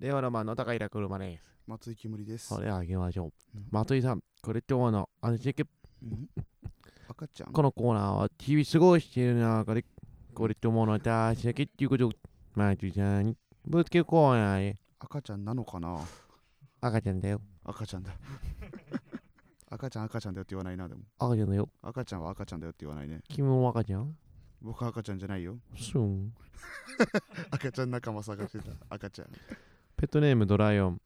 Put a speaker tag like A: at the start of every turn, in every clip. A: 令和ロマンの高平車です。
B: 松井きむりです
A: そ。れでは行きましょう
B: うん。
A: 松井さん、これ今日のアンチェック。
B: うん赤ちゃん。
A: このコーナーは日々過ごしている中で、これ今日のアンチェックっていうことを松井さんにぶつけるコーナーで、
B: 赤ちゃんなのかな
A: 赤ちゃんだよ。
B: 赤ちゃんだ。 赤ちゃん赤ちゃんだよって言わないな、でも。
A: 赤ちゃんだよ。
B: 赤ちゃんは赤ちゃんだよって言わないね。
A: 君も赤ちゃん
B: 僕は赤ちゃんじゃないよ。
A: スン。
B: 赤ちゃん仲間探してた。赤ちゃん。
A: ペットネームドライオン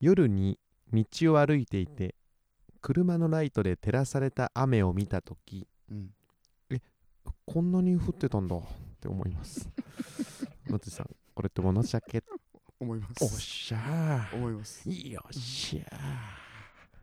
A: 夜に道を歩いていて車のライトで照らされた雨を見た時
B: うん。
A: こんなに降ってたんだって思います 松井さんこれってものジャケット
B: 思いま
A: おっ
B: す。
A: しゃ
B: 思います。
A: ーよっしゃ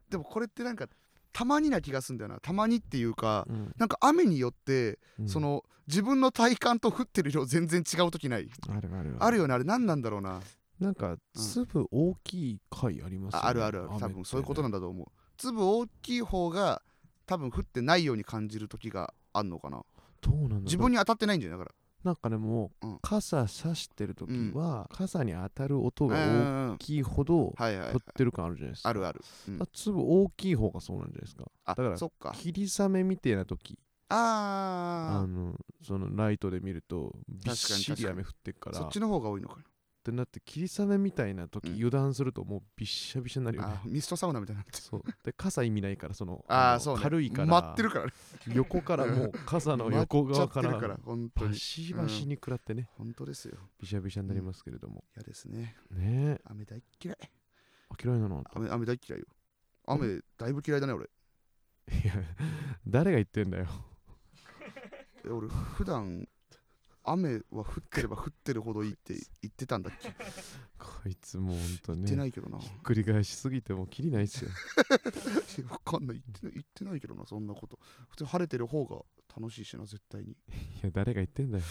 B: でもこれってなんか、たまにな気がすんだよな。たまにっていうか
A: ー、、うん
B: なんか雨によって、
A: うん
B: その自分の体感と降ってる量全然違う時ない。
A: あるある
B: あるよね、あれ何なんだろうな。
A: なんか粒大きい貝ありますよね
B: ああるあるある多分そういうことなんだと思う粒大きい方が多分降ってないように感じる時があんのかな
A: どうなんだろう
B: 自分に当たってないんじゃないだか
A: なんかでも、
B: うん
A: 傘差してる時は、傘に当たる音
B: ら
A: が
B: うん
A: 大
B: うんうん
A: きいほど、
B: はいはい
A: 降ってる感あるじゃないですか
B: あるある、うん
A: あ粒大きい方がそうなんじゃないですか
B: あ
A: だから
B: そっか
A: 霧雨みたいな時あ
B: あ
A: のそのライトで見るとびっし
B: 確
A: り
B: かに
A: 雨降ってっか
B: あ
A: ら
B: そっち
A: っ
B: の方が多いのか
A: てなって霧雨みたいな時、
B: うん
A: 油断するともうびっしゃびしゃになる
B: な
A: よね
B: あミストサウナみたいになって
A: そうで傘意味ないからその
B: あ
A: の
B: あそう、ね、
A: 軽いから
B: 待ってるからね
A: 横からもう傘の横
B: 待
A: 側
B: っちゃって
A: から
B: るから本当
A: バ
B: に
A: シバシに食らってね、
B: 本当ですよ
A: びしゃびしゃになりますけれども、
B: 嫌ですね
A: ねえ
B: 雨大っ嫌い
A: あ嫌いなの
B: 雨雨大っ嫌いよ雨だいぶ嫌いだね俺
A: いや誰が言ってんだよ
B: え俺普段雨は降ってれば降ってるほどいいって言ってたんだっけ
A: こいつもうほんと
B: 言ってな
A: ね
B: いけどな
A: ひっくり返しすぎてもうきりないっすよ
B: いやわかんない言ってない言ってないけどなそんなこと普通に晴れてる方が楽しいしな絶対に
A: いや誰が言ってんだよ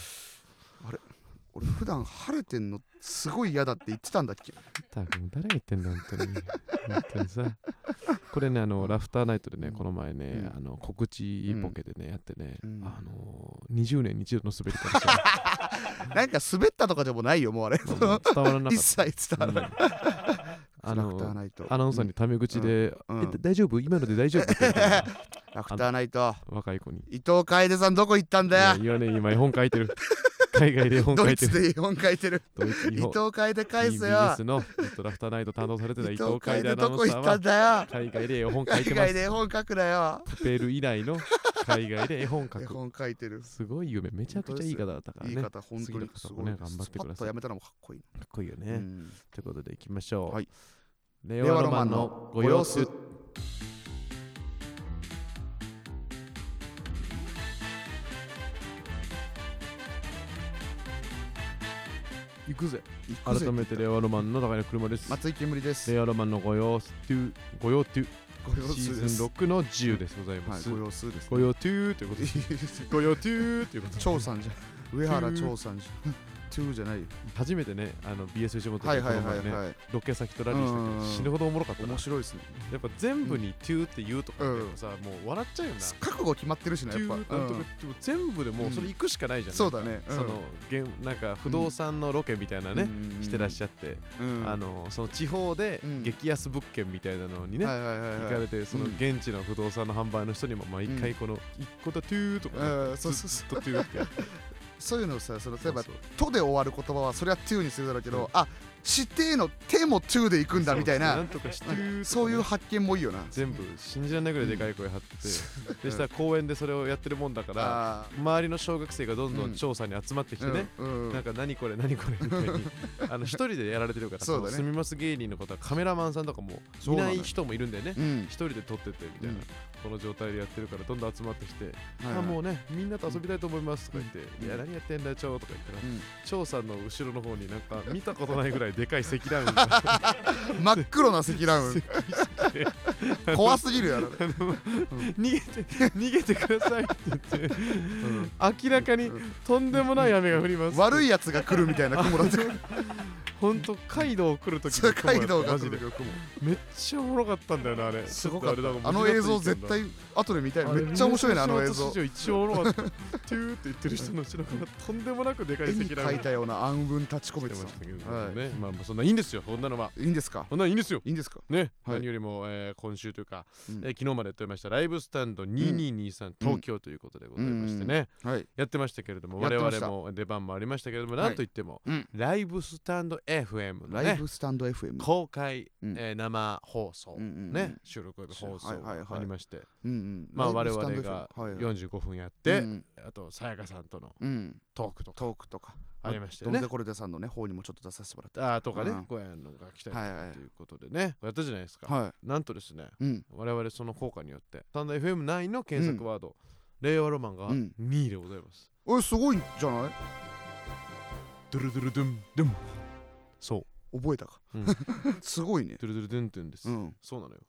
B: 俺普段晴れてんのすごい嫌だって言ってたん だっけ
A: ったくもう誰が言ってんだ本当に本当にさこれねあのラフターナイトでねこの前ね、
B: うん
A: あの告知ボケでね、やってね、
B: うん
A: あの20年に一度の滑りから さ
B: なんか滑ったとかでもないよもうあれ
A: あの伝わらなか
B: 一
A: っ
B: 切伝
A: た、
B: わ
A: う
B: ら
A: ん
B: ない、
A: あ
B: ラフター
A: の
B: ナイト
A: アナウンサーにタメ口で「
B: うん
A: え
B: うん
A: 大丈夫今ので大丈夫?」って言った ら
B: ラフターナイト
A: 若い子に
B: 伊藤楓さんどこ行った
A: 「
B: ん
A: いや
B: だよ
A: 言わねえ今絵本書いて る海外で絵本
B: ド
A: 書
B: イ
A: いて
B: ツ
A: る
B: で絵本書いてる」
A: ドイツ
B: 伊
A: 日本
B: 藤楓返せよ
A: TBS のえっとラフターナイト担当されてた伊
B: 伊
A: 藤
B: 藤
A: 海
B: 楓
A: 大アナ
B: ど
A: ウ
B: こ
A: ンサー
B: 行ったん
A: は
B: だよ
A: 海外で絵本書い
B: 海
A: てま
B: 外
A: す
B: で絵本書くなよ
A: プペル以来の海外で絵本書
B: 絵
A: く
B: 本書いてる
A: すごい夢、めちゃくちゃいい方だったから
B: 言
A: ね。
B: い
A: かっ
B: 方本当にすご
A: 次
B: い
A: の方もね頑張ってください
B: スパッとやめたのもかっこいい
A: こいいよね。
B: な、う
A: と、い
B: ん
A: うことでいきましょう。
B: はい
A: 令和ロマンのご様子。行くぜ。
B: 行くぜ
A: 改めて令和ロマンの高いの車です。
B: 松井煙です
A: 令和ロマンのご様子という、ご様子という
B: ご様
A: シ
B: 子
A: ーズン6の10ですございま
B: はい
A: す。
B: ご様子です
A: ご 様子というということで、ご様子というということで、
B: 長さんじゃん上原長さんじゃんトゥーじゃないよ
A: 初めてね、あの BS 吉本で
B: はい
A: こ
B: はい
A: の
B: はい
A: 前ね、
B: はい
A: ロケ先とラリーした
B: うん
A: け
B: うんう
A: ど、
B: ん
A: 死ぬほどおもろかったな
B: 面。白いですね
A: やっぱ全部に「トゥ」って言うとかって
B: うん
A: やっぱさ、もう笑っちゃうよな。
B: 覚悟決まってるしな
A: ト
B: やっ
A: ゥ
B: ぱ
A: ーなんと
B: う
A: か
B: ん
A: でも全部でもうそれ行くしかないじゃん。
B: そうだね
A: そのげんなんか不動産のロケみたいなね、してらっし
B: ゃ
A: ゃって、
B: うん
A: あのその地方で
B: うん
A: 激安物件みたいなのにね、
B: はいはいはい
A: 行
B: はい
A: かれてその
B: うん
A: 現地の不動産の販売の人にも毎回この「一個だトゥー」とかね、
B: うんそうそう
A: ず
B: そ
A: っ
B: う
A: とトゥーってやって
B: そういうのをさその例えば
A: そうそう
B: 「と」で終わる言葉はそれは「トゥー」にするだろうけ
A: うん
B: どあ「指定」の「て」も「トゥー」で行くんだみたい
A: そう
B: な
A: そうなんとかしてるとかね
B: そういう発見もいいよな
A: 全部信じられないぐらいでかい声張って、でしたら公園でそれをやってるもんだから
B: あ
A: 周りの小学生がどんど
B: うんん
A: 調査に集まってきて
B: ー
A: ね、
B: うんう
A: なんんか何これ何これみたい にあの一人でやられてるから
B: そうだね
A: のすみます芸人のことはカメラマンさんとかも
B: そ
A: いう
B: な
A: な
B: のよ
A: い人もいるんだよね
B: うん
A: 一人で撮っててみたいな、
B: うん
A: この状態でやってるからどんどん集まってきて、
B: はいはい
A: あもうねみんなと遊びたいと思いますとか言って、
B: うん
A: いや何やってんだよチョウとか言ったら、
B: うん
A: チョウさんの後ろの方になんか見たことないぐらいでかい積乱雲 が
B: 真っ黒な積乱
A: 積乱雲
B: 雲怖すぎるやろ、
A: あの逃げて逃げてくださいって言って明らかにとんでもない雨が降ります
B: 悪いやつが来るみたいな雲だって
A: ほんとカイドウ来るとき
B: そうカイドウが
A: マ
B: 来
A: ジで
B: る曲も
A: めっちゃおもろかったんだよなあれ
B: すごかっ
A: ちょとれだ
B: た
A: ら
B: あの映像絶対後で見たいめっちゃ面白いねあの映像
A: 一応おもろか ったトゥーって言ってる人の後ろからとんでもなくでかい
B: 絵に
A: 席
B: 描いたような暗雲立ち込め
A: して
B: て
A: ま
B: た
A: したけど
B: はい
A: ね、まあまあそんないいんですよそんなのはい
B: いんですか
A: そんなのいいんですよ
B: いいんですか
A: ね、
B: はい
A: 何よりも、えー今週というか、
B: うん
A: えー昨日までやっておりましたライブスタンド2223、東京ということでございましてね、
B: はい
A: やってましたけれども
B: やってま
A: 我
B: した
A: 々も出番もありましたけれども、
B: はい
A: なんといっても、
B: うん
A: ライブスタンド FM の
B: ライ
A: ね
B: ブスタンド FM
A: 公開、
B: うん
A: えー生放送、
B: うんうんうん
A: ね収録放送
B: はいはいはい
A: ありまして、
B: うんうん
A: まあ
B: ライ
A: 我
B: ブスタン
A: 々
B: ド
A: が
B: FM はいはい
A: 45分やって、
B: うん
A: あとさやかさんとの
B: うん
A: トークとか
B: トークとか
A: ありました
B: ど
A: よ
B: ん
A: ね
B: で。これでさんのね方にもちょっと出させてもらって
A: あーとかね、
B: うん
A: 小屋のが来たり
B: はいはい
A: ということでね、やったじゃないですか。
B: は
A: なんとですね、
B: いうん
A: 我々その効果によって、スタンド FM 内の検索ワード、令和ロマンが
B: うん
A: 2位でございます。
B: えすごいんじゃない
A: ドゥルドゥルドゥン、ドゥン。そう、
B: 覚えたか
A: うん
B: すごいね
A: ドゥルドゥルドゥンドゥンです。
B: うん
A: そうなのよ。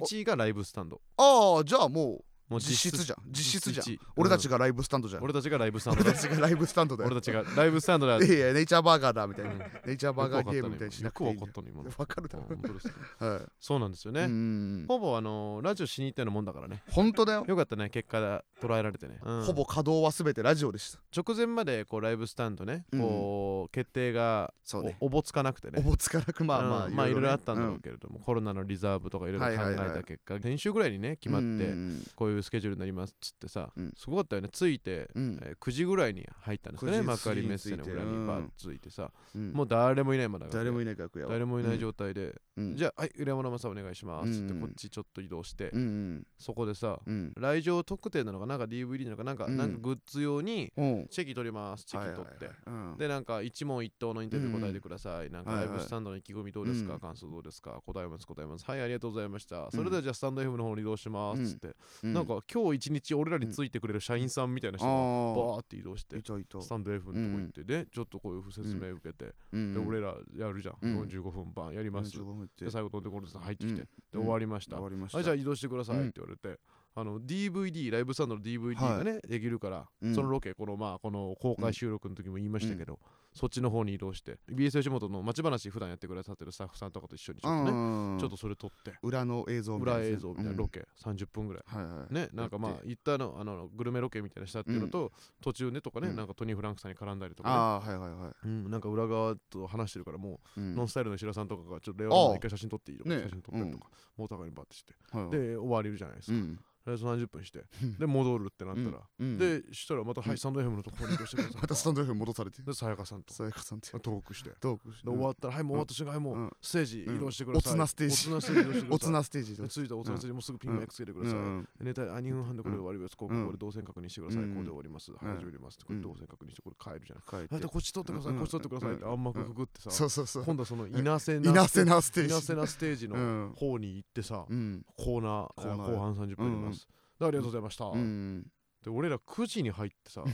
B: お
A: 1位がライブスタンド。
B: ああじゃあもう
A: もう
B: 実質じゃん実質じゃん
A: 実質一位
B: 俺たちがライブスタンドじゃ
A: うんん俺たちがライブスタンド
B: 俺
A: だ
B: た。ちがライブスタンドだよ
A: 俺たちがライブスタンドだ。
B: いやいやネイチャーバーガーだみたいな
A: うん
B: ネイチャーバーガーゲームみたいにしな
A: よ
B: くて
A: く
B: いい
A: わ
B: ん
A: かっ
B: だよ
A: たね。今よくわかったね今
B: わかるだ
A: あ
B: ろ
A: 本当ですね
B: はい
A: そうなんですよ
B: うんう
A: ね。
B: ん
A: ほぼあのーラジオしに行ったようなもんだからね。
B: 本当だよ
A: よかったね、結果が捉えられてね。うん
B: ほぼ稼働はすべてラジオでした
A: 直前までこうライブスタンドね、
B: うんうん
A: こう決定が
B: そうね
A: おおぼつかなくて
B: お
A: ね。
B: ぼつかなくまあ
A: うん
B: まあ
A: まあいろいろあったんだろ
B: う
A: うけれども、コロナのリザーブとかいろいろ
B: はい
A: 考
B: はいはい
A: えた結果、先週ぐらいにね決まって、
B: うん
A: こういうスケジュールになりますっつってさ、
B: うん
A: すごかったよねついて、
B: うん
A: えー9時ぐらいに入ったんですよね
B: 9時
A: 幕張メッセの
B: ついて
A: 裏にバーッ
B: うん
A: ついてさ、
B: うん
A: もう誰もいないまだ
B: 誰もい
A: ない
B: ない楽屋は
A: 誰もいない状態で、
B: うん
A: じゃあはい浦山さんお願いしますっつって、
B: うん
A: こっちちょっと移動して、
B: うん
A: そこでさ、
B: うん
A: 来場特典なのかなんか DVD なのかなんか、
B: うん
A: なんかグッズ用に
B: うんうん
A: チェキ取りますチェキ取って、
B: はいはいはい
A: でなんか一問一答のインタビュー答えてください、なんか
B: は
A: ラ
B: い
A: イ
B: はい
A: ブスタンドの意気込みどうですか、
B: うん
A: 感想どうですか答えます答えますはいありがとうございました、それではじゃあスタンド FM の方に移動しますっつって、
B: うん
A: なんか今日一日俺らについてくれる社員さんみたいな人
B: あ
A: がバ
B: ー
A: ーって移動して
B: いたいた
A: スタンド F のとこ行ってでちょっとこういう説明受けて
B: うん
A: で俺らやるじゃん
B: うん
A: 45分バンやります
B: 45分って
A: で最後飛んでこるさん入ってきて
B: う
A: で
B: ん
A: 終わりました
B: 終わりました
A: はいじゃあ移動してくださいっ
B: うん
A: て言われてあの DVD ライブスタンドの DVD がねできるから
B: うん
A: そのロケこのまあこの公開収録の時も言いましたけどそっちの方に移動して BS 吉本の町話普段やってくださってるスタッフさんとかと一緒にちょっとね
B: ね
A: ちょっとそれ撮って
B: 裏の映像みた
A: 裏
B: いなや
A: 映
B: つ
A: 像みたいな
B: うん
A: ロケ30分ぐらい
B: はいはい
A: ね、なんかまあ
B: だっ
A: 行ったのあのグルメロケみたいなしたっていうのと、途中ねとかね、
B: うん
A: なんかトニー・フランクさんに絡んだりとか、
B: ああはいはいはい
A: ねうん、なんか裏側と話してるからも
B: う
A: う、
B: ん
A: ノンスタイルの石田さんとかがちょっとレオの
B: ああ
A: 一回写真撮っていいとか、
B: ね
A: 写真撮ったりとか、モーターカーにバッてして、
B: はいはい
A: で終わりるじゃないです
B: う
A: か、
B: ん
A: でその30分してで戻るってなったら、
B: うん
A: でしたらまた、は
B: う
A: い
B: ん
A: スタンド FM のところに移動してください
B: またスタンド F 戻されて
A: でさやかさんと
B: さやかさんって
A: トークしてで
B: トークして
A: 終わったら、はいもう終わった瞬間、はいもう、
B: うん
A: ステージ移動してください、
B: うんおつなステージ
A: おつなステージ移動してください
B: おつなステージで
A: で着いたおつなステージもうすぐピンマイクつけてください、
B: うん
A: ネタあ2分半でこれで終わりです。こ
B: う
A: こ
B: ん
A: これ動線確認してください。
B: うん
A: ここで終わります。
B: う
A: はい、
B: ん
A: 始めます。これ
B: うん
A: 動線確認してこれ帰るじゃん。
B: 帰
A: あ
B: って
A: とこっち取ってください。
B: うん
A: こっち取ってください。
B: うん
A: ってあんまくくぐって
B: そ
A: さ、
B: うそうそう
A: 今度はその稲瀬
B: いなせ
A: な
B: なステー
A: 稲
B: ジ
A: 瀬なステージ
B: う
A: の
B: ん
A: 方に行ってさ、
B: うん
A: コーナ
B: コーナ
A: ー、
B: ー
A: 後半30分あります。でありがとうございました。
B: うん
A: で、俺ら9時に入って さ、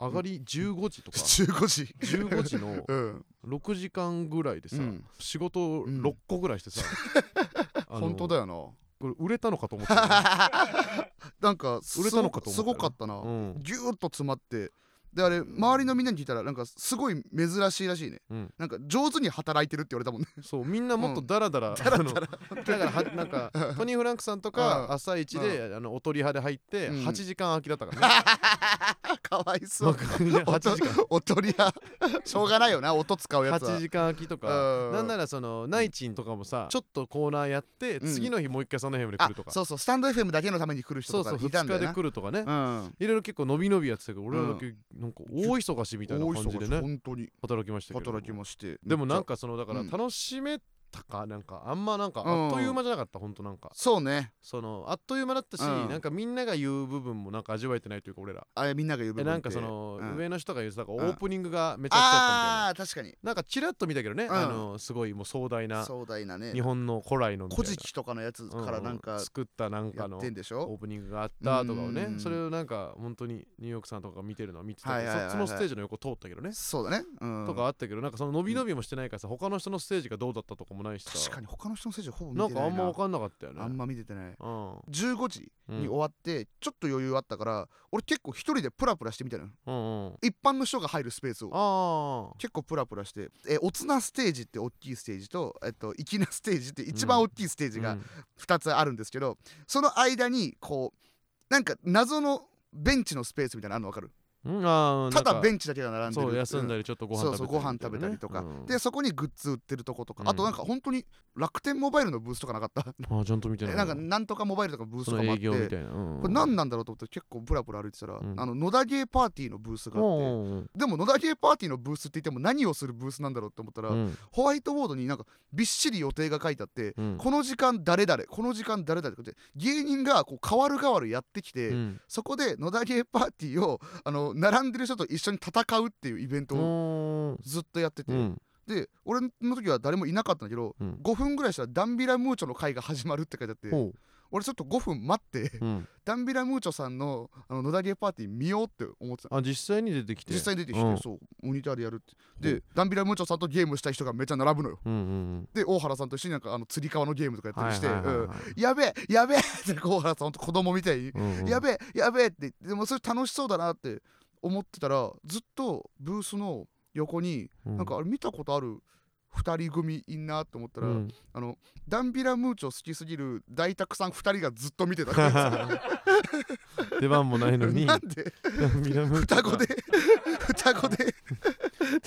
A: 上がり15時とか、
B: 15時
A: 15時の
B: うん
A: 6時間ぐらいでさ、仕事6個ぐらいして さ、あの
B: 本当だ よな
A: これ売れたのかと思った。
B: なんかす
A: 売れたのかと思ったよ
B: すごかった な
A: うん。
B: ギューッと詰まってであれ周りのみんなに聞いたらなんかすごい珍しいらしいね
A: うん
B: なんか上手に働いてるって言 われたもんね
A: そうみんなもっとダラダラ、あのだからはなんかトニー・フランクさんと
B: う
A: か
B: ん
A: 朝一で、あのおとり派で入って、
B: うん
A: 8時間空きだったからね
B: かわいそう
A: 幕張 で
B: お
A: 8
B: と
A: 時間
B: おとりやしょうがないよな音使うやつは
A: 8時間空きとか、
B: う
A: なんならそのナイチンとかもさちょっとコーナーやって、
B: うん
A: 次の日もう一回その辺まで来
B: あ
A: るとか
B: そうそうスタンド FM だけのために来る人
A: そう
B: と
A: そう
B: かいたん
A: 2日
B: だよ
A: で
B: な
A: 来るとかね、
B: うん
A: いろいろ結構伸び伸びやってたけど俺らだけなんか大忙しみたいな
B: 大
A: 感じでね
B: 本当に
A: 働きましたけど
B: 働きまして
A: でもなん
B: か
A: かそのだから
B: うん
A: 楽しめたかなんかあんまなんか
B: うん
A: あっという間じゃなかったほんとなんか
B: そうね
A: そのあっという間だったし、
B: うん
A: なんかみんなが言う部分もなんか味わえてないというか俺ら
B: あれみんなが呼ぶ
A: えなんかその、
B: うん
A: 上の人が言ってたから
B: うん
A: オープニングがめちゃくちゃあったみたいな、
B: ああー確かに
A: なんかちらっと見たけどね、
B: うん
A: あのすごいもう壮大な
B: 壮大なね
A: 日本の古来のみたいな
B: 古事記とかのやつからなん
A: う
B: か
A: 作ったなん
B: や
A: かの
B: ってんでし
A: オ
B: ょ
A: ープニングがあったとかを
B: う
A: ね
B: ん
A: それをなんか本当にニューヨークさんとかが見てるのは見てた
B: は
A: け
B: い
A: ど
B: はいはいは
A: そっ
B: い
A: ちのステージの横通ったけどね、
B: そうだねうん
A: とかあったけどなんかその伸び伸びもしてないからさ他の人のステージがどうだったとかももないしさ
B: 確かに他の人のせいじゃほぼ見
A: な
B: て
A: ん
B: な
A: かあん
B: い
A: ま
B: な
A: 分かんなかったよね
B: あんま見ててない
A: うん
B: 15時
A: うん
B: に終わってちょっと余裕あったから俺結構一人でプラプラしてみたのよ
A: うんうん
B: 一般の人が入るスペースを
A: あ
B: 結構プラプラしてえおつなステージって大きいステージと、えっと、粋なステージって一番大きいステー
A: あ
B: ジが2つあるんですけど、その間にこうなんか謎のベンチのスペースみたいなのあるの分かる
A: うんあー
B: ただベ
A: ン
B: ンチだけが並んでる
A: そう休んだりちょっとご飯食べたり
B: そうそうご飯食べたりとかでそこにグッズ売ってるとことか、あとなんか本当に楽天モバイルのブースとかなかった
A: あーちゃんと見てない
B: なんかなんとかモバイルとかブース
A: そ
B: とか
A: の
B: もあっ
A: 営
B: て
A: 業みた
B: こ
A: いなこ
B: れ何なんだろうと思って結構ブラブラ歩いてたら、
A: うん
B: あの野田ゲーパーティーのブースがあって
A: うん
B: でも野田ゲーパーティーのブースって言っても何をするブースなんだろうと思ったら、
A: うん
B: ホワイトボードになんかびっしり予定が書いてあって、
A: うん
B: この時間誰々この時間誰々って芸人がこう代わる代わるやってきて、
A: うん
B: そこで野田ゲーパーティーをあの並んでる人と一緒に戦うっていうイベントを
A: うん
B: ずっとやってて、
A: うん
B: で俺の時は誰もいなかったんだけど、
A: うん
B: 5分ぐらいしたらダンビラムーチョの会が始まるって書いてあって、
A: ほ
B: 俺ちょっと5分待って、
A: ううん
B: ダンビラムーチョさんのあの野田ゲーパーティー見ようって思ってた
A: あ実際に出てきて
B: 実際に出てきて、
A: うん
B: そうモニターでやるって
A: ほ
B: で、ダンビラムーチョさんとゲームしたい人がめっちゃ並ぶのよ
A: うんうん
B: で大原さんと一緒になんかあの釣り革のゲームとかやっ
A: うん
B: たりして、
A: はいはいはい
B: うん
A: はい
B: やべえやべえって大原さんほんと子供みたいに、
A: うんうん
B: やべえやべえってでもそれ楽しそうだなって思ってたらずっとブースの横に
A: う
B: なんかあれ見たことある2人組いんなと思ったら、
A: うん
B: あのダンビラムーチョ好きすぎる大沢さん2人がずっと 見てたな
A: 出番もないの
B: ん
A: に
B: で 双子で双子で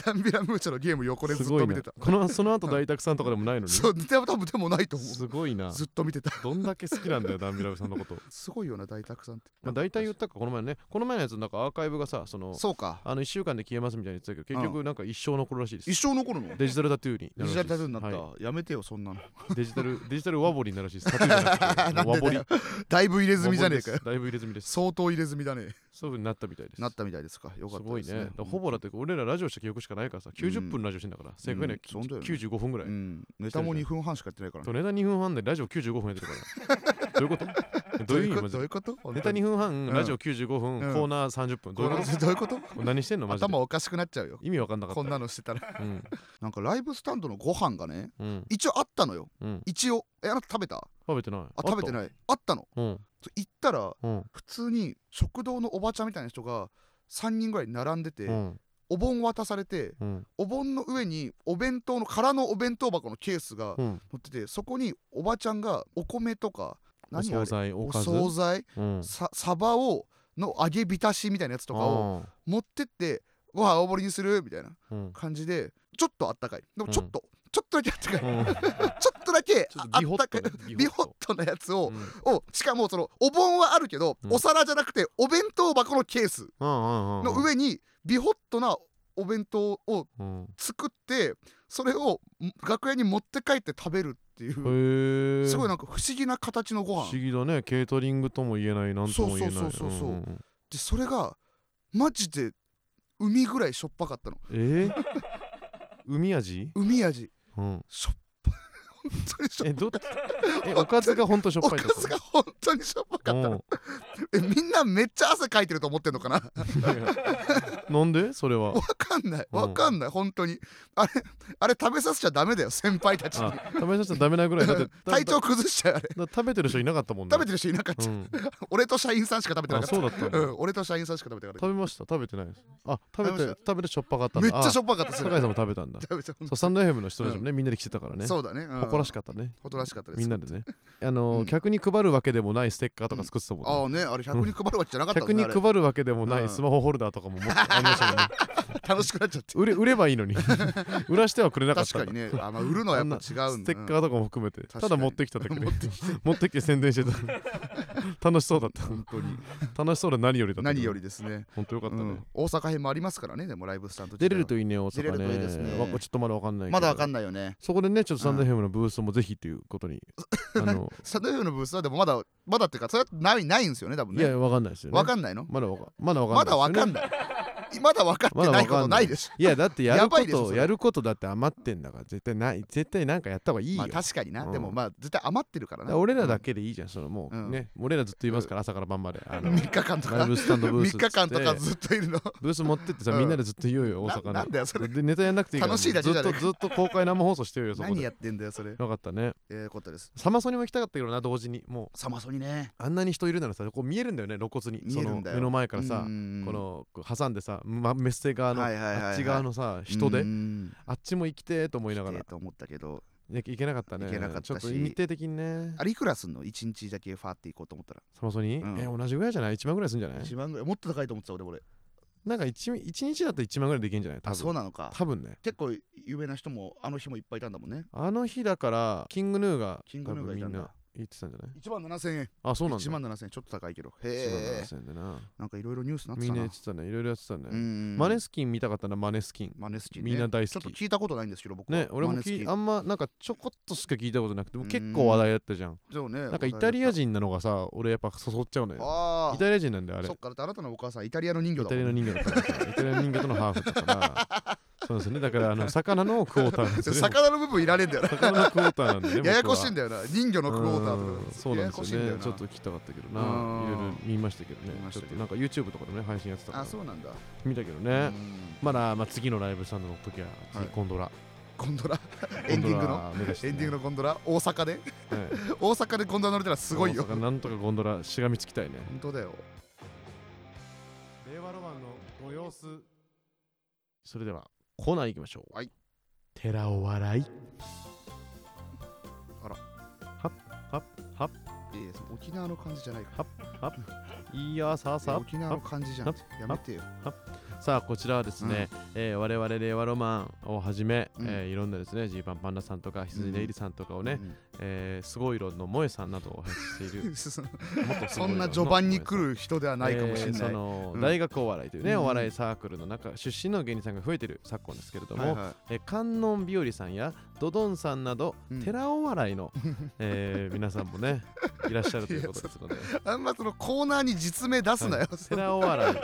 B: ダンビラムーチョのゲーム横でずっ
A: すご
B: と
A: い
B: 見
A: な
B: てた
A: このその後大沢さんとかでもないのに
B: そうでも多分でもないと思
A: すごいな
B: うずっと見てた
A: どんだけ好きなんだよダンビラブさんの こと
B: すごいよな大沢さんって、
A: まあ大体言ったかこの前のねこの前のやつなんかアーカイブがさその
B: そうか
A: あの1週間で消えますみたいに言ってたけど結局なんか一生残るらしいです
B: 一生残るの
A: デジタルタトゥーに
B: デジタルタトゥーになった、
A: は
B: やめてよそんなの
A: いデジタルデジタルワボリになるらしいですタトゥーじゃなくて
B: なんでだよだいぶ入れ墨じゃねえか
A: ワ
B: よ
A: ボリですだいぶ入れ墨です
B: 相当入れ墨だね
A: そういうふうになったみたいです
B: なったみたいですかよか
A: す
B: った
A: ごい
B: です
A: ね
B: ね
A: だからほぼだって俺らラジオした記憶しかないからさ90分ラジオしてんだから正確には
B: うんそうだよね
A: 95分ぐらい
B: うん、ネタも2分半しかやってないからね
A: とネタ2分半でラジオ95分やってるから。どういうことどういう意味マジ
B: どう
A: で
B: いうこと
A: ネタ2分半、
B: うん
A: ラジオ95分、
B: うん
A: コーナー30分。どういうこと
B: どういうこと
A: 何してんのマジで
B: 頭おかしくなっちゃうよ
A: 意味わかんなかった。
B: こんなのしてたら
A: うん。
B: なんかライブスタンドのご飯がね
A: うん。
B: 一応あったのよ
A: うん。
B: 一応えあなた食べたあ
A: 食べてない。
B: 食べて
A: い。
B: ないあったの
A: うん。
B: そう行ったら
A: うん。
B: 普通に食堂のおばちゃんみたいな人が3人ぐらい並んでて、
A: うん。
B: お盆渡されて
A: うん。
B: お盆の上にお弁当の空のお弁当箱のケースが
A: うん。
B: 乗っててそこにおばちゃんがお米とか
A: お
B: 何あ
A: 惣
B: れ
A: 菜、お
B: お
A: かず。
B: 惣菜
A: うん。
B: さサバをの揚げ浸しみたいなやつとかを持ってってご飯大盛りにするみたいな
A: あー。うん。
B: 感じでちょっとあったかいでもちょっと、ちょっとだけあった かい、
A: うん。ち
B: ちょっとだけ
A: ょっ
B: あ
A: と
B: あ
A: ビホ
B: っ
A: ッ
B: た
A: ト
B: かい
A: ね。
B: ビホットなやつ
A: ト
B: を
A: う、んうん
B: をしかもそのお盆はあるけど、
A: うん
B: お皿じゃなくてお弁当箱のケー
A: う
B: ス
A: んうん。
B: の上にビホットなお弁当を
A: うん。
B: 作ってそれをん楽屋に持って帰って食べるってい
A: へ
B: う、
A: え。
B: すごいなんか不思議な形のご
A: 不
B: 飯
A: 思議だね。ケートリングとも言えない、なんとも言えない。
B: そうそうそうそう
A: うんんん
B: でそれがマジで海ぐらいしょっぱかったの
A: えー海味
B: 海味
A: うん。
B: しょっぱい 本当にしょっぱい
A: え、どっ ちえ、おかずがほんとしょっ
B: お
A: ぱいって
B: か
A: こと
B: ずが本当にしょっぱかったのえみんなめっちゃ汗かいてると思ってんのかな
A: うん なんでそれは
B: わ。かんないわかんない本当にあれあれ食べさせちゃダメだよ先輩たちに
A: あ、食べさせちゃダメなぐらい。だって、だ
B: 体
A: だ
B: 調崩しちゃうあれ
A: だ食べてる人いなかったもんね。
B: 食べて
A: て
B: る人いなかった、
A: うん。
B: 俺と社員さんしか食べてな
A: あ、
B: かった
A: そうだったんだ。
B: うん、俺と社員さんしか食べてなかっ
A: 食べました食べてないです。あ、食べ
B: 食べ
A: て、
B: ま
A: 食べてしょっぱかった
B: た
A: ん
B: め
A: だ。
B: っちゃし
A: ょっ
B: ょっぱかったそ
A: 酒井
B: れ
A: さんも食べたんだ。
B: 食べちゃう
A: そう、サンド FM の人たちもね、みんなで来てたからね。
B: そうだね、うん、
A: 誇らしかったね。
B: 誇らしかったです
A: みんなでね。あのー、
B: うん
A: 客に配るわけでもないステッカーとか作ってたもんね。
B: ああねあれ100人配るわけじゃなかったも
A: 客
B: んね
A: に
B: あれ
A: 配るわけでもな
B: う
A: い
B: ん
A: スマホホルダーとかも持ってありましたけど ね
B: 楽しくなっちゃって
A: 売れ売ればいいのに 売らしてはくれなかった
B: 確
A: ん
B: か
A: だ
B: にねあ、まあ、売るのはやっぱ違う
A: ス
B: んだ
A: テッカーとかも含めて、
B: かに
A: ただ持ってきただけで持ってきて宣伝してた 楽しそうだった
B: 本当に
A: 楽しそうで何よりだった
B: 何よりですね、
A: 本当よかった
B: う
A: ね、
B: ん大阪編もありますからねでもライブスタンド
A: 出れるといいね大阪ね
B: 出れるといいですね
A: わちょっとまだわかんないけど
B: まだわかんないよね
A: そこでねちょっとサンドヘムのブースもぜひということに、あの
B: サドエフのブースはでもまだま だっていうかそれはないないんですよね多分
A: い
B: ね
A: やわかんないですよね
B: わかんないの
A: まだわかまだわかんない
B: まだわ
A: い
B: かんないまだ分かってないこ
A: まだ分か
B: と
A: んな
B: ないいでしょ
A: いやだってやる
B: やば
A: こ
B: いでしょ
A: と
B: それ
A: やることだって余ってんだから絶対ない絶対なんかやった方がいいよ、
B: まあ確かにな、
A: うん
B: でもまあ絶対余ってるから
A: だ
B: な
A: から俺らだけでいいじゃん、そのもう、
B: うん
A: ね俺らずっと言いますから朝から晩まであの
B: 3日間と
A: ライ
B: か
A: ブスタンドブースっつっ
B: 3
A: て
B: 日間とかずっといるの
A: ブース持ってってさ、
B: うん
A: みんなでずっと言おうよ大
B: な
A: 阪の
B: なんだよそれ
A: でネタやんなくていいから
B: 楽しいだけじゃねえ
A: ずっとずっと公開生放送してようよそこ
B: 何
A: で
B: や
A: よ
B: ってんだよそれ
A: かったね
B: ええことです
A: サマソニも行きたかったけどな同時にもう
B: サマソニね
A: あんなに人いるならさこう見えるんだよね露骨に
B: 見えるんだよ
A: その目の前からさ、
B: うん
A: このこう挟んでさ、ま、メッセ側の、
B: はいはいはいはい
A: あっち側のさ人で、
B: うん
A: あっちも行きてーと思いながら
B: ええと思ったけど
A: いや行けなかったね
B: 行けなかったし
A: ちょっと日程的にね
B: あれいくらすんの1日だけファーって行こうと思ったら
A: サマソニ、
B: うん
A: え同じぐらいじゃない1万ぐらいするんじゃない
B: 1万ぐらいもっと高いと思ってた俺俺
A: なんか 1, 日だと1万ぐらいできるんじゃない多
B: あ
A: 分
B: そうなのか
A: 多分ね
B: 結構有名な人もあの日もいっぱいいたんだもんね
A: あの日だからキングヌーが
B: キングヌーがいた
A: 多分
B: ん
A: みん
B: だ
A: な言ってたんじゃない
B: 1万7000円
A: あそうなんだ
B: 1万7000円ちょっと高いけど
A: 1
B: へ
A: 万
B: え
A: 7000円でな
B: なんかいろいろニュースなって
A: みん
B: た
A: な
B: な
A: 言ってたねいろいろやってたね、
B: うん
A: マネスキン見たかったなマネスキン
B: マネスキンね
A: みんな大
B: ちょ
A: 好
B: っと
A: き
B: 聞いたことないんですけど僕は
A: ね俺も
B: マネス
A: き
B: キン
A: あんまなんかちょこっとしか聞いたことなくても
B: うん
A: 結構話題だったじゃん
B: そうね
A: なんかイタリア
B: 人
A: 人なのがさ俺やっぱ誘っちゃうのよ
B: ああ
A: イタリア人なんだよあれ
B: そっかだってあなたのお母さんイタリアの人形
A: イ
B: だ
A: タ
B: もん
A: リアの人魚だったからさイタリアの人魚とのハーフだから そうですねだからあの魚のクォーターなんですよね
B: 魚の部分いられんだよな
A: 魚のクォーターなんでね僕は
B: ややこしいんだよな人魚のクォータ
A: う
B: ーと
A: ん
B: か
A: そうなんですよね
B: ややこしいんだよな
A: ちょっと聞きたかったけどな
B: うん
A: いろいろ見ましたけどね
B: 見ま
A: ち
B: し
A: ょった
B: けど
A: となんか YouTube とかでもね配信やってたから
B: あそうなんだ
A: 見たけど
B: う
A: ね
B: ん
A: まだまあ次のライブスタンドの時は
B: はい
A: コンドラ
B: ゴンドラエンディングのエンディングのゴンドラ大阪で
A: のはい
B: 大阪でゴンドラ乗れたら すごいよ
A: 大阪なんとかゴンドラしがみつきたいね
B: 本当だよ
A: 令和ロマンのご様子それではコーナー行きましょう
B: はい
A: 寺お笑い
B: あら
A: はっはっはっ
B: いやいやその沖縄の感じじゃないから
A: いやさあ
B: いや
A: さ
B: 沖縄の感じじゃんやめてよ
A: あさあこちらはですね、えー我々令和ロマンをはじめ、
B: うん
A: えーいろんなですねジーパンパンダさんとか羊ネイリさんとかをね、
B: うん
A: えーすごい色の萌えさんなどを配信してい る
B: そ
A: 元すごい
B: そ
A: 色
B: ん
A: の
B: な序盤に
A: 萌えさん
B: 来る人ではないかもしれ
A: えー
B: な
A: そ
B: い
A: の、
B: うん
A: 大学お笑いというね、
B: うん
A: お笑いサークルの中出身の芸人さんが増えてる昨今ですけれども、
B: はいは
A: えー観音日和さんやドドンさんなど、
B: いうん
A: 寺お笑 いの、えー皆さんもねいらっしゃるということですので
B: あんまそのコーナーに実名出すなよ
A: 寺お笑い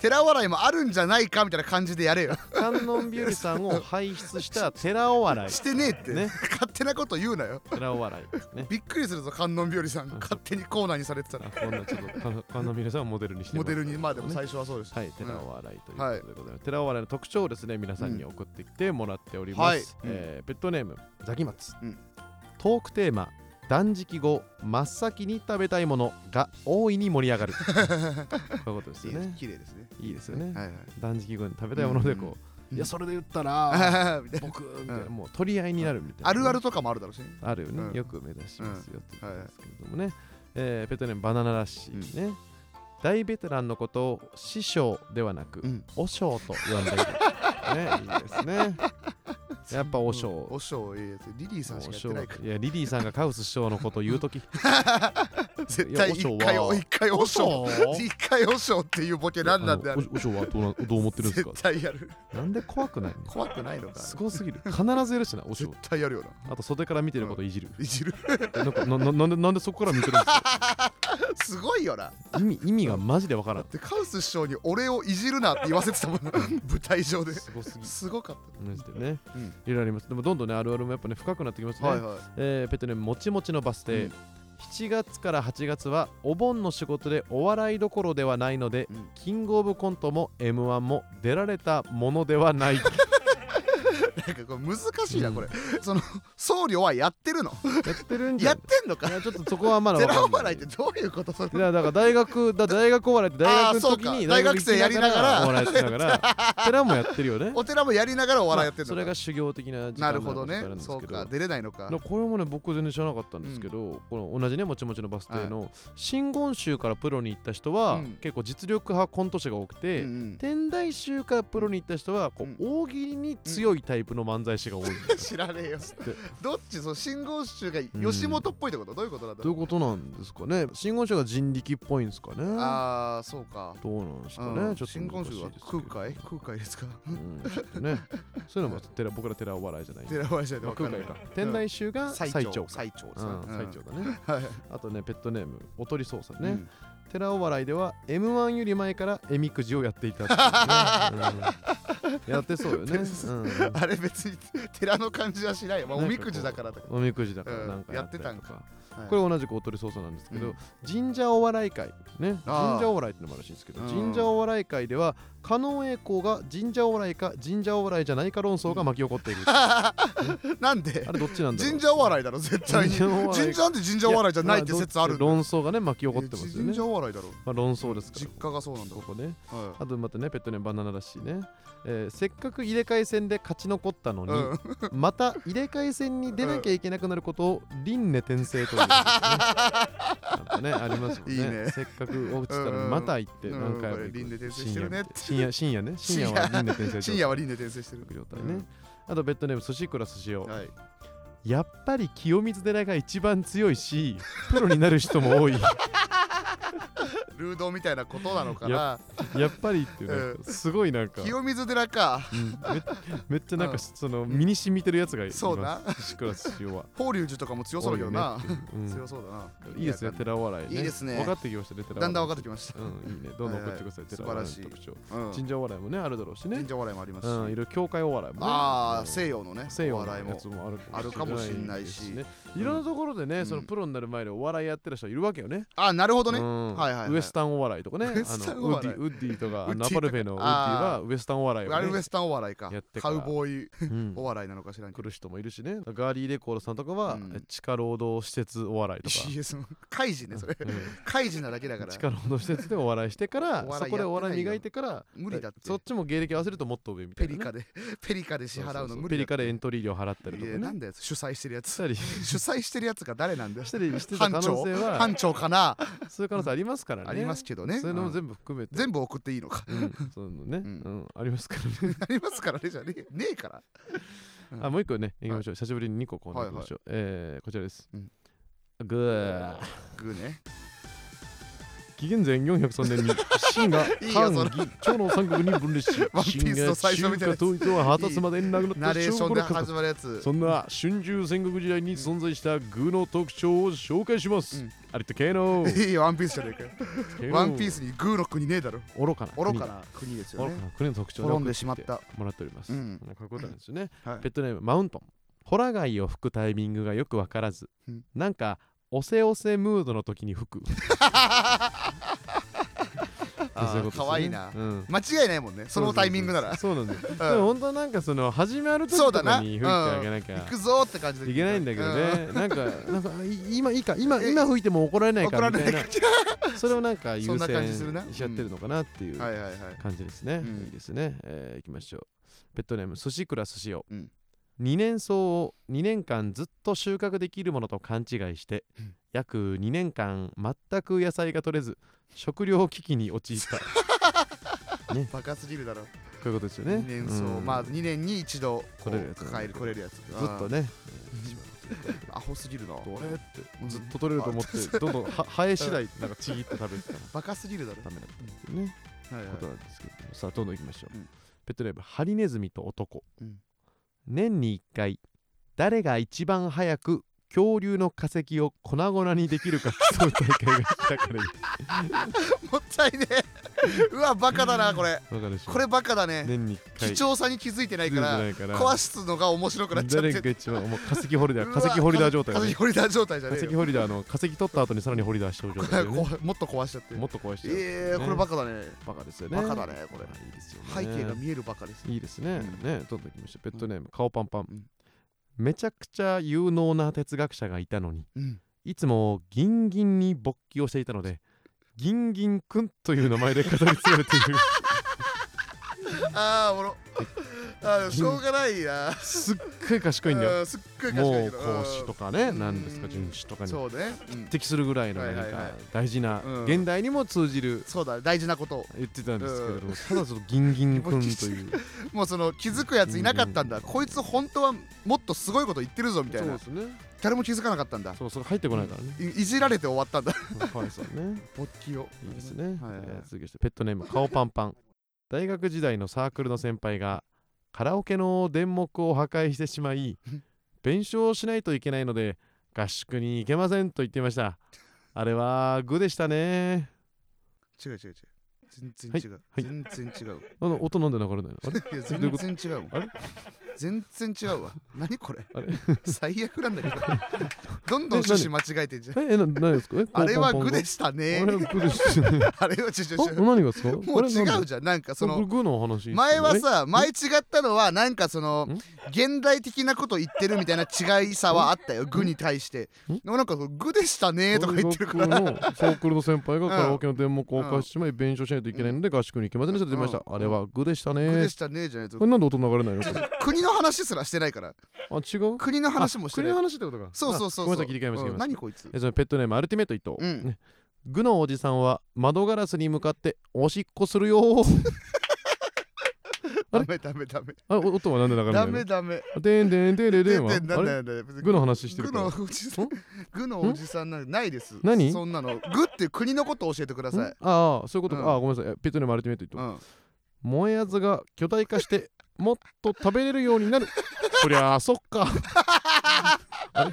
B: 寺笑いもあるんじゃないかみたいな感じでやれよ
A: 観音日和さんを輩出 した寺お笑
B: してねえって、
A: いね
B: 勝手なこと言うなよ
A: 寺お笑いね
B: びっくりするぞ観音日和さん勝手にコーナーにされてたら
A: あこんなちょっとか観音日和さんをモデルにして
B: モ
A: ます
B: デルにまあでも最初はそうです、
A: はい、寺
B: うん
A: お笑いということでございます、寺お笑いの特徴をですね皆さんに送ってきてもらっており
B: うん
A: ま
B: はい
A: す、えーペットネームザキマツ、
B: うん
A: トークテーマ断食後真っ先に食べたいものが大いに盛り 上がるこういうことですよ
B: いい
A: ね
B: 綺麗ですね
A: いいですよね、
B: はいはい
A: 断食後に食べたいものでこう、
B: うん
A: いやそれで言ったら
B: あー みたい な
A: 僕みたいなもう取り合いになるみたいな、
B: あるあるとかもあるだろうしね
A: あるよね、
B: うん
A: よく目指しますよって
B: う
A: 言
B: ん
A: うんですけれどもね、えーペットネームバナナラッシーね、大ベテランのことを師匠ではなく、
B: うん
A: おしょうと呼んでいるねいいですね やっぱおしょう
B: おしょういいやつリリーさんしかやってないか
A: いやリリーさんがカウス師匠のことを言うとき
B: ら絶対一
A: い
B: 回
A: やおしょうはお
B: 一回おしょう
A: しょう
B: 一回おしょうっていうボケ何なん
A: あ
B: だよ
A: のおおしょうはどうなどう思ってるんですか
B: 絶対やる
A: なんで怖くないの
B: 怖くないのか
A: すごすぎる必ずやるしなおしょ
B: 絶
A: う
B: 対やるよな
A: あと袖から見てることいじる、
B: いじる
A: なんかなななんでなんでそこから見てるんですか
B: すごいよな
A: 意味意味がマジでわからん
B: でカウス師匠に俺をいじるなって言わせて たもん舞台上です
A: ごすぎ
B: すごかっ
A: マジでね、
B: うん
A: いろいろありますでもどんどんねあるあるもやっぱね深くなってきます
B: た
A: ね、
B: はいはい
A: えーペットネームもちもちのバス停、
B: うん
A: 7月から8月はお盆の仕事でお笑いどころではないので、
B: うん
A: キングオブコントも m 1も出られたものではない
B: なんかこれ難しいな
A: うん
B: これ、その僧侶はやってるの
A: やってるんじ
B: や
A: ゃ
B: っ
A: ん
B: てんの
A: い
B: か
A: やちょっとそこはまだわかん
B: 寺
A: ない
B: 尾笑いってどういうことそれ
A: いやだから大学だ大学お笑いって大学の時
B: あーそ
A: に
B: うか大学生やりながら
A: お笑いしながら 寺もやってるよね
B: お寺もやりながらお笑いやって
A: ま
B: る
A: あそ
B: の
A: れ
B: か、
A: が修行的な時間
B: なるほど
A: の
B: ね
A: かもしれ
B: そ
A: ないうですけど
B: か出れないのか
A: なこれもね僕全然知らなかったんですけど、この同じねもちもちのバス停の、真言宗からプロに行った人は、
B: うん
A: 結構実力派コント師が多くて、
B: うんうん
A: 天台宗からプロに行った人はこう、大喜利に強いタイプの漫才師が多いんだっ
B: 知らねえよ
A: て
B: どっちその信号集が
A: ん
B: 吉本っぽいってこと、どういうことなんだ
A: どう
B: ろ
A: いうこ
B: う
A: となんですかね真言宗が人力っぽいんですかね
B: ああそうか
A: どうなんですかね、
B: うん
A: ちょっと
B: 新
A: 難
B: 婚
A: しい
B: 集は
A: ですけ
B: 空
A: ど
B: 海空海ですか
A: うんちょっとねそういうのも寺僕ら寺お笑いじゃないんで、
B: 寺尾笑いじゃな
A: ま
B: い
A: あ、
B: 分
A: 空
B: かん
A: 海
B: ない
A: か天台宗が最
B: 最
A: 長
B: 長
A: か
B: 最長です
A: うん
B: ね
A: 最長だね
B: はい
A: あとねペットネームおとりそうさんね、
B: うん
A: 寺尾笑いでは m 1より前からえみくじをやっていたっていうね、うんやってそうよ ね、うん
B: あれ別に寺の感じはしないよ、まあ、おみくじだからだか
A: おみくじだからなんか
B: うんやってたん
A: りとか、
B: ら、はい
A: これ同じくおとりそうなんですけど、
B: うん
A: 神社お笑い会ね
B: あー
A: 神社お笑いってのもあるらしいんですけど、
B: うん
A: 神社お笑い会では加納栄光が神社お笑いか神社お笑いじゃないか論争が巻き起こ っている、
B: なんで
A: あれどっちなんだろう
B: 神社お笑いだろ絶対に
A: 神社お笑い
B: 神社なんて神社お笑いじゃないって説あ
A: い
B: る
A: やどっち論争がね巻き起こってますよね
B: 神、社お笑いだろ
A: まあ、論争ですから
B: 実家がそうなんだ
A: ここね
B: は
A: あとまたねペットネームバナナらしいね、えーせっかく入れ替え戦で勝ち残ったの
B: い
A: に、
B: うん
A: また入れ替え戦に出なきゃいけなくなることを輪廻転生という、ね、なんかねありますもんね
B: いいね
A: せっかく落ちたらまた行って
B: うん
A: 何回も
B: うん
A: 行
B: これ
A: く
B: 輪廻転生してるねって
A: 深夜深夜ね深夜は輪廻転生
B: 深夜は輪廻転生してる
A: 状態
B: う
A: ね
B: ん
A: あとベッドネーム寿司クラ寿司を
B: はい
A: やっぱり清水寺が一番強いしプロになる人も 多い
B: ルードみたいなことなのかな
A: やっぱりっていうなんかすごいなんか、
B: 清水寺か
A: うんめ めっちゃなんかその身に染みてるやつがいます
B: そうな
A: 寿司クラ寿司は
B: 法隆寺とかも強そうだけど
A: 多
B: な
A: いよねっていううん
B: 強そうだない
A: いですね、寺笑いね。
B: いいですね
A: 分かってきましたね、寺笑い。
B: だんだん分かってきました
A: うん、いいね。どんどん送ってください、
B: はいはい
A: 寺笑い
B: 素晴
A: の
B: ら
A: 特
B: し
A: 徴。
B: うん
A: 神社笑いもね、あるだろうしね
B: 神。社お笑いもあります
A: う
B: し
A: ん、いろいろ教会お笑いもね。
B: あ
A: う
B: あ
A: ん
B: 西洋のね
A: 西洋
B: お
A: の
B: 笑い
A: や
B: も
A: つもある
B: あるかもしんないし
A: ですね
B: うん
A: いろんなところでね、その
B: うん
A: プロになる前でお笑いやってる人いるわけよね。
B: あなるほど
A: う
B: ね
A: ん
B: はいはいはい
A: ウエスタンお笑いとかね、あ
B: ウエスタン
A: の
B: お
A: ウッデ
B: 笑い
A: ィウッディとか
B: ウッディとか
A: ナパルフェのウッディはウエスタンお笑い
B: あれ
A: を
B: ウエ
A: ね、
B: スタンお笑いか
A: やってから
B: カウボーイ
A: うん
B: お笑いなのか知らんけ
A: 来
B: ど
A: る人もいるしね。ガーリーレコードさんとかは
B: うん
A: 地下労働施設お笑いとか。
B: CS の開示 ねそれ
A: うん
B: 開示なだけだから
A: 力の施設でお笑いしてから
B: お笑いやってないよ
A: そこでお笑い磨いてから
B: 無理だって
A: そっちも芸歴合わせるともっと上みた
B: ペ
A: いなね、
B: リカでペリカで支払う
A: そ
B: の
A: そそ
B: 無
A: ペ
B: 理
A: リ
B: だ
A: カでエントリー料払ったり
B: い
A: とか
B: や
A: ね
B: なんだよ主催してる やつ
A: したり
B: 主催してるやつが誰なんだよ
A: したりしてた
B: 班
A: 可能
B: 長
A: 性は
B: 班長かな
A: そういう可能性ありますからね
B: ありますけどね
A: そういうのも
B: うん
A: 全部含めて
B: 全部送っていいのか
A: うんそういうのね、う
B: うんん
A: ありますからね
B: ありますからねじゃねえねえからうん
A: あもう一個ねいきましょう、久しぶりに2個こうなりましょう、えーこちらです、
B: うん
A: グー
B: グーね
A: 紀元前403年に 秦が
B: いいよ
A: 韓
B: それ
A: 義朝の三国に分裂 し
B: ワンピー
A: 秦
B: ス
A: が
B: の最初
A: 中
B: み
A: 華
B: たいなやつ
A: 統一を果たすまでになくな
B: ナ
A: った
B: レーシ
A: 小
B: ョン
A: 国
B: で
A: の家
B: 始まるやつ
A: そんな春秋戦国時代に存在した具の特徴を紹介します。
B: うん
A: ありとけの
B: いいよワンピースじゃねえかよワンピースにグーの国ねえだろ
A: 愚かな国
B: 愚かな国ですよ
A: 愚
B: ね
A: かな国の特徴を
B: 滅んでしまった
A: もらっております。
B: う
A: こ
B: ん
A: ういうことなんですよね。
B: はい
A: ペットネームマウントン。ホラ貝を吹くタイミングがよくわからず
B: うん、
A: なんかおせおせムードの時に吹く。そういうことですよね
B: 可愛いな
A: うん
B: 間違いないもんねそのタイミングなら
A: そうなんです。で
B: ん
A: も本当はなんかその始まる時
B: そう
A: と
B: だ
A: か
B: な
A: に吹いてあげなきゃ
B: 行。くぞーって感じで
A: いけないんだけど
B: うん
A: ね、なんか、なんか、い今いいか、今、
B: え
A: 今吹いても怒られない
B: 怒ら
A: か
B: れ
A: み
B: な
A: た
B: い
A: い
B: 感
A: な、
B: じ
A: それをなんか優
B: そんな感
A: 先
B: じするな
A: しちゃってるのかなっていう
B: はいはいはい
A: 感じですね。
B: うん
A: いいですね。えー、いきましょう。ペットネーム、寿司クラ寿司を
B: うん。
A: 2年草を2年間ずっと収穫できるものと勘違いして、
B: うん
A: 約2年間全く野菜が取れず食糧危機に陥ったこ
B: バカすぎるだろ
A: ういうことですよね
B: 2年そう
A: うん
B: まあ2年に一度こう
A: 取れるやつ
B: 抱える取れるやつ
A: ず
B: ず
A: っとね
B: アホすぎるな
A: どれってずっと取れると思って
B: う
A: どんどんは生え次第なんかちぎって食べてたら
B: バカすぎるだろ
A: ダメだったんですよね
B: はいはい
A: ことなんですけどもさあどんどんいきましょう、
B: うん
A: ペットネームハリネズミと男、
B: うん
A: 年に1回誰が一番早く恐竜の化石を粉々にできるか競う大会が開かれる
B: もったいねえ うわバカだな これ
A: わかるでしょ
B: これバカだね
A: 年に1
B: 貴
A: 回
B: 重さに気づいてないか
A: ず
B: ら
A: れてないから
B: 壊すのが面白くなっちゃっ
A: 誰
B: て
A: が一番もう化石ホルダー
B: うわ
A: 化石ホルダー状態
B: 化
A: だ
B: 石
A: ね
B: ホルダー状態じゃ
A: 化
B: ねえ
A: 石
B: よ
A: ホルダーの化石取った後にさらにホルダーした状態だよね
B: こうもっと壊しちゃって
A: もっと壊してる
B: ええこれバカだね
A: バカですよね
B: バカだねこれ
A: まあいいですよね
B: 背景が見えるバカです
A: いいですね。
B: うん
A: ね、どんどん行きましょう。ペットネーム、顔パンパン。
B: うん
A: めちゃくちゃ有能な哲学者がいたのに、
B: うん
A: いつもギンギンに勃起をしていたので、ギンギンくんという名前で語り継がれてい る。
B: ああおもろあーでもしょうがないな
A: すっごい賢いんだ
B: う
A: よ。
B: んすっごい賢
A: も
B: いうけど
A: 孔子とかね、
B: うん
A: 何ですか、荀子とか
B: う
A: に
B: んそうね、うん
A: 匹敵するぐらいの
B: はいはい
A: 何
B: はい
A: か大事な
B: うん、
A: 現代にも通じる。
B: そうだ大事なことを
A: 言ってたんですけれども、ただそのギンギンく んという。
B: もうその気づくやついなかったんだ、
A: うん
B: こいつ本当はもっとすごいこと言ってるぞみたいな
A: すね。
B: 誰も気づかなかったんだ
A: そう、それ入ってこないからね。
B: いいじられて終わったんだ
A: かわいそうね。
B: 勃起を
A: いいですね。
B: はい
A: えー続きまして、ペットネーム、顔パンパン。大学時代のサークルの先輩が、カラオケの電目を破壊してしま い、弁償をしないといけないので、合宿に行けませんと言っていました。あれは、グでしたね。
B: 違う違う違う全
A: はい
B: 然違う、
A: い
B: 全然違う、
A: あの音なんで流れないのあれ
B: いや
A: どういうこと
B: 全然違う
A: あれ
B: 全然違うわ何これ
A: あれ
B: 最悪なんだけどどんどん趣旨間違えてんじゃん
A: ええな何ですかえ
B: あれはグで
A: し
B: した
A: あれ
B: ね
A: はグです よね
B: あれはちょちょ
A: あ
B: ちょ
A: 何がですか
B: もう違
A: あれなん
B: う
A: で
B: じゃんなんかそ
A: これ
B: の
A: グの話ですよね
B: 前はさ前違ったのはなんかその
A: ん
B: 現代的なこと言ってるみたたいな違いさはあったよグに対して
A: ん
B: でもなんかそのグでしたねとか言ってるから
A: 大学のサークルの先輩が
B: ん
A: カラオケの電目を犯してしまい弁償しないといけないので合宿に行きませんでしたと言いました
B: うん
A: あれはグでした
B: グ
A: ね
B: でしたねじゃないと
A: これなんで音流れないのこれ
B: 国の話すらしてないから
A: あ違う
B: 国の話もして
A: 国
B: ない
A: の話ってことか
B: そうそうそ
A: あごめ
B: う
A: んなさい切り替えました切り替えまし
B: うん
A: た
B: 何こいつ
A: えそのペットネームアルティメット伊藤、
B: うん
A: ねグのおじさんは窓ガラスに向かっておしっこするよーあ
B: ダ
A: れ
B: メダメダメ
A: あお音はなんで流れな
B: ダ
A: いの
B: メダメ
A: でんでんでんでんでんは
B: 出てんだ
A: あれ
B: んだよ別に
A: グの話してる
B: グ
A: から
B: のおじさん
A: ん
B: グのおじさんなんかないです
A: 何
B: そんなのグっていう国のことを教えてくださ
A: ん
B: い
A: ああそういうことか、
B: うん
A: ああごめんなさいペットネームアルティメット伊藤、
B: うん
A: 燃えあずが巨大化してもっと食べれるようになるそりゃあそっか
B: ダ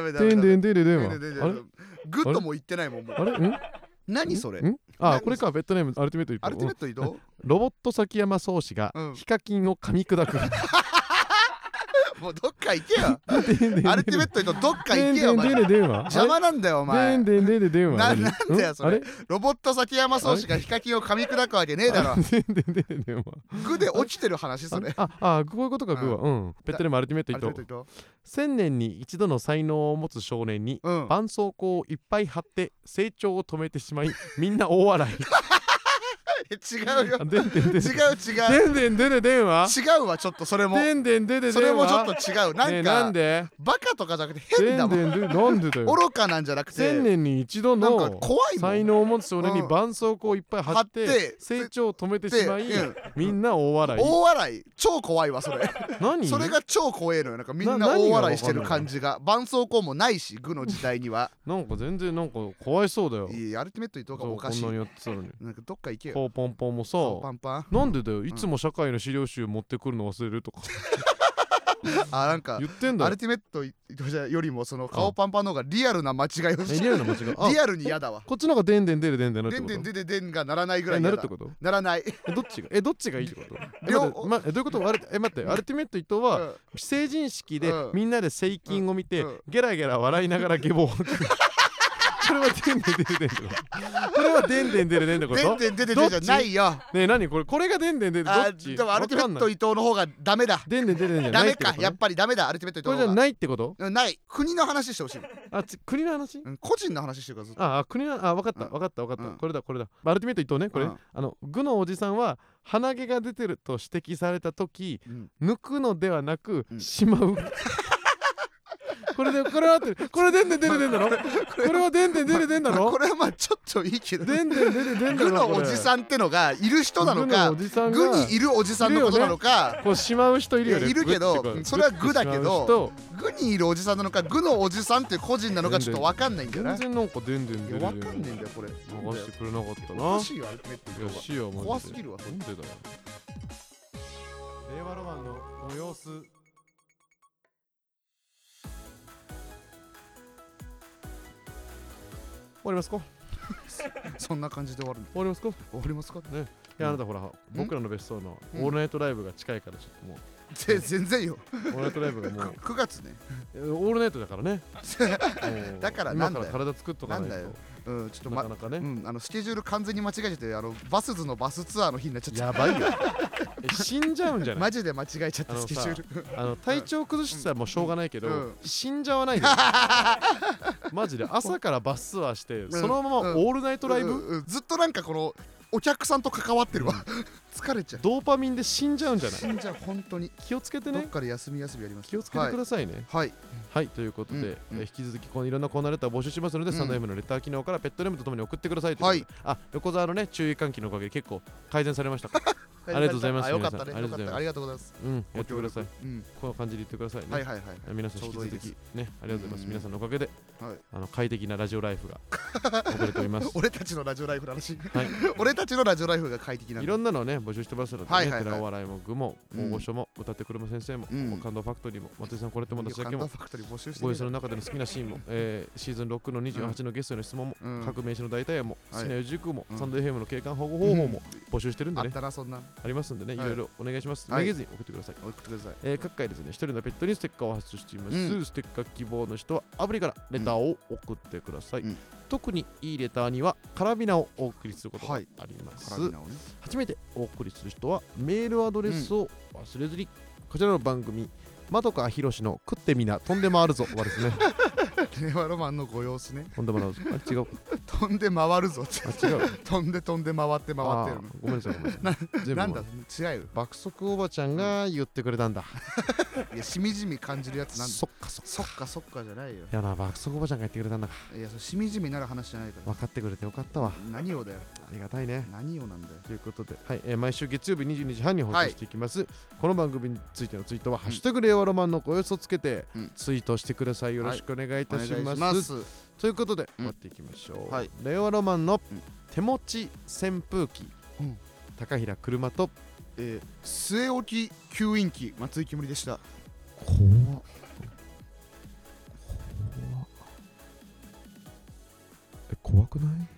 B: メダ
A: で
B: メダ
A: ん
B: メ
A: でんでんでんでんは
B: ねねねね
A: あれ
B: グッとも言ってないもんもう
A: あれん
B: 何それ
A: んああこれかペットネームアルティメット伊
B: アルティメ
A: 藤
B: ット移動
A: ロボット崎山宗氏が
B: うん
A: ヒカキンを噛み砕く
B: もうどっか行け よ
A: でんでんでんでん
B: アルティメット移動どっか
A: で
B: 行
A: ん
B: け
A: で
B: よお
A: んでん
B: 前
A: でんでんは
B: 邪魔なんだよお
A: で
B: 前
A: んでんでんでんでんは
B: な
A: あれ
B: なんだよそれ
A: あれ
B: ロボット崎山宗氏がヒカキンを噛み砕くわけねえだろ
A: でんでんでんでんでんは
B: グで落ちてる話それ
A: あああこういうことかグーはうんペットネームアルティメット伊
B: アルティメ
A: 藤
B: ット移動
A: 千年に一度の才能を持つ少年に
B: うん
A: 絆創膏をいっぱい貼って成長を止めてしまいみんな大笑い
B: 違うよ
A: あでんでんでんでん
B: 違う違う
A: でんでんでんでんでんは
B: 違うわちょっとそれも
A: でんでんでんでんでんは
B: それもちょっと違う
A: ね
B: な
A: え
B: ん
A: なん
B: か
A: で
B: バカとかじゃなくて
A: で
B: 変だ
A: ん
B: もん
A: でんでんなんでだよ
B: 愚かなんじゃなくて
A: 千年に一度
B: なんか
A: の
B: 怖いもん
A: 才能を持つ少年に
B: うん
A: 絆創膏をいっぱい貼っ
B: 貼って
A: て成長を止めて
B: で
A: しまい
B: うん
A: みんな大笑い
B: 大笑い超怖いわそれ
A: 何
B: それが超怖えのよなんかみん
A: な
B: な
A: 何
B: 大
A: が
B: 笑いしてる感じが絆創膏もないしグの時代には
A: なんか全然なんかかわいそうだよ
B: いやアルティメットにどうか
A: そう
B: おかしい
A: こんなにやってたのに
B: なんかどっか行けよ
A: ポーポンポンもさ
B: パンパン
A: なんでだよいつも社会の資料集持ってくるの忘れるとか
B: あなんか
A: 言ってんだ
B: ア
A: よ
B: ルティメットよりもその顔パンパンの方がリアルな間違いを
A: え
B: し
A: リ
B: て
A: アルな間違いあ
B: リアルに嫌だわ
A: こっちの方がでんでんでるでんでんなるっ
B: で
A: て
B: ん
A: こ
B: でん
A: と
B: でんでんでんがならないぐら
A: え
B: い
A: な
B: 嫌
A: る
B: だ
A: ってこと
B: ならない
A: えどっちがえどっちがいいってことえ
B: 両
A: 待ってまえどういうことあれえ待ってアルティメット伊藤は
B: うん
A: 成人式で
B: うん
A: みんなで聖金を見て、
B: うん
A: ゲラゲラ笑いながら下坊を食うそれはでんでんでるでんってことそれはでんでんでるでんってこと
B: でんでんでんでんでんじゃないよ
A: ねえ何これこれがでんでんでるど
B: あ
A: っち
B: でもアルティメット伊藤の方がダメだ
A: でんでんでるでんじゃ
B: ダ
A: ない
B: メ
A: ってこと
B: か
A: ね、
B: やっぱりダメだアルティメット伊
A: これじ
B: 藤
A: ゃ
B: の方が
A: ないってこと
B: うんない国の話してほしい
A: あち国の話
B: うん個人の話してるからずっと
A: ああ国のあ分かった
B: うん
A: 分かった分かった、
B: うん
A: これだこれだアルティメット伊藤ねこれ、
B: うん
A: あの具のおじさんは鼻毛が出てると指摘された時
B: うん
A: 抜くのではなく、
B: うん
A: しまうこれでこれは合ってるこれでんでんでるでんだろこれはでんでんでるでんだ
B: まあ
A: ろ
B: これはまあちょっといいけど
A: でんでんでんでんだ
B: グ
A: ろ
B: の
A: これ
B: おじさんってのがいる人なのか
A: グのおじさんが
B: グにいるおじさんのことなのか
A: こうしまう人いるよね
B: いやいるけど
A: グッてこう
B: それはグだけど
A: グッてしまう人
B: グにいるおじさんなのかグのおじさんっていう個人なのかちょっとわかんないんだよな
A: 全
B: い
A: 然なんかでんでんで
B: や
A: る
B: わかんねえんだよこれ
A: 流してくれなかったな
B: おかしいよアルティメット伊
A: いや
B: 藤
A: しよマジで
B: 怖すぎるわそれ
A: なんでだよ令和ロマンのご様子終わりますか終
B: がそんな感じで終わるの
A: わりますかい
B: 終わりますか
A: やあなたほら僕らの別荘のオールナイトライブが近いからちょっともう
B: ぜ全然よ
A: オールナイトライブがもう
B: 9月ね
A: え オールナイトだからねもう
B: だから
A: 今
B: なん
A: か
B: だよ
A: ら体作っとかない
B: なんだよ
A: と
B: うんちょっと
A: な
B: ま
A: かなかね
B: うんあのスケジュール完全に間違えちゃってあのバスズのバスツアーの日になっちゃった
A: やばいよえ死んじゃうんじゃない
B: マジで間違えちゃっ
A: あ
B: た
A: の
B: ス
A: さ
B: ケジュール
A: あの体調崩してたらもうしょうがないけど、
B: うん
A: 死んじゃわ ないでマジで朝からバスツアーして、そのままオールナイトライブ、
B: うんうんずっとなんかこのお客さんと関わってるわ疲れちゃう
A: ドーパミンで死んじゃうんじゃない
B: 死んじゃう本当に
A: 気をつけて
B: どっ
A: ね
B: かで休み休みやります
A: 気をつけてくださいね
B: はい
A: はい、ということで、
B: うんうん
A: え引き続きこのいろんなコーナーレターを募集しますので、
B: うん
A: サンド M のレター機能からペットネームとともに送ってくださいと
B: は
A: いう
B: い
A: ことで、あ横澤のね注意喚起のおかげで結構改善されましたからありがとうございます
B: あよかったね。
A: 皆さん
B: よかっ
A: ありがとうございます
B: た。
A: う
B: ありがとうございます。
A: ん、や
B: ご
A: って
B: 協
A: くだ
B: 力
A: さい。
B: うん。
A: この感じで言ってくださいね。
B: はいはいはいはい。
A: 皆さん引き続き
B: ちょうどいい
A: ね、ありがとうございます。
B: うん
A: 皆さんのおかげで、
B: はい
A: あの快適なラジオライフが送れており ます。
B: 俺たちのラジオライフの話。
A: はい、
B: 俺たちのラジオライフが快適ないの
A: ろんなのをね、募集してますので、ね
B: はいはいはい
A: 寺尾笑いも具も、大御所も、歌ってくるま先生も、
B: うん
A: 感動ファクトリーも、松井さんこれとも私だけ
B: いや
A: も、
B: 神田ファクトリー募集して
A: ボイ
B: ねえ
A: ス
B: だ
A: の
B: ろ
A: 中での好きなシーンも、えーシーズン6の28のゲストへの質問も、
B: うん
A: 各名詞の代替案も、
B: はい
A: 好きな四字熟語も、
B: うん
A: サンド FM の景観保護方法も募集してるんで
B: あ
A: ね
B: っ、たなそんな
A: ありますんでね、い
B: はい
A: ろいろお願いします。
B: はい
A: めげずに送ってください。
B: 送ってください
A: えー各回ですね、一人のペットにステッカーを発送しています。
B: う
A: ステッカー希望の人はアプリからレターを送ってください。
B: うん
A: 特にいいレターにはカラビナをお送りすることがあ
B: はい
A: ります。
B: カラビナをね
A: 初めてお送りする人はメールアドレスを忘れずに、こちらの番組、まどかひろしの食ってみな、飛んで回るぞはです ね、
B: 令和ロマンのご様子ね
A: 飛んで回るぞ。あ、違う。
B: 飛んで 回るぞって
A: あ、違う。
B: 飛んで飛んで回って回ってる
A: あーごめんなさい、ごめんなさい。全部
B: のなん
A: 回
B: だ
A: る。
B: 違うよ
A: 爆速おばちゃんが言ってくれたんだ。
B: いやしみじみ感じるやつなんだ
A: そっかそっか。
B: そっかそっかじゃないよ
A: いやな、爆速おばちゃんが言ってくれたんだか。
B: いやそれしみじみなる話じゃないから
A: 分かってくれてよかったわ。
B: 何をだよ
A: ありがたいね。
B: 何をなんだよ
A: ということで、はいえー毎週月曜日22時半に放送していきます、この番組についてのツイートは「ハッシュタグ令和ロマンのおよそ」つけて
B: うん
A: ツイートしてくださいよろしくお願いい
B: お
A: た
B: 願い
A: し
B: し
A: ます,、
B: ます
A: ということで、
B: うん
A: やっていきましょう、
B: はい
A: 令和ロマンの
B: うん
A: 手持ち扇風機、
B: うん
A: 高平車と
B: えー末置き吸引機松井きむりでした
A: 怖っえ怖くない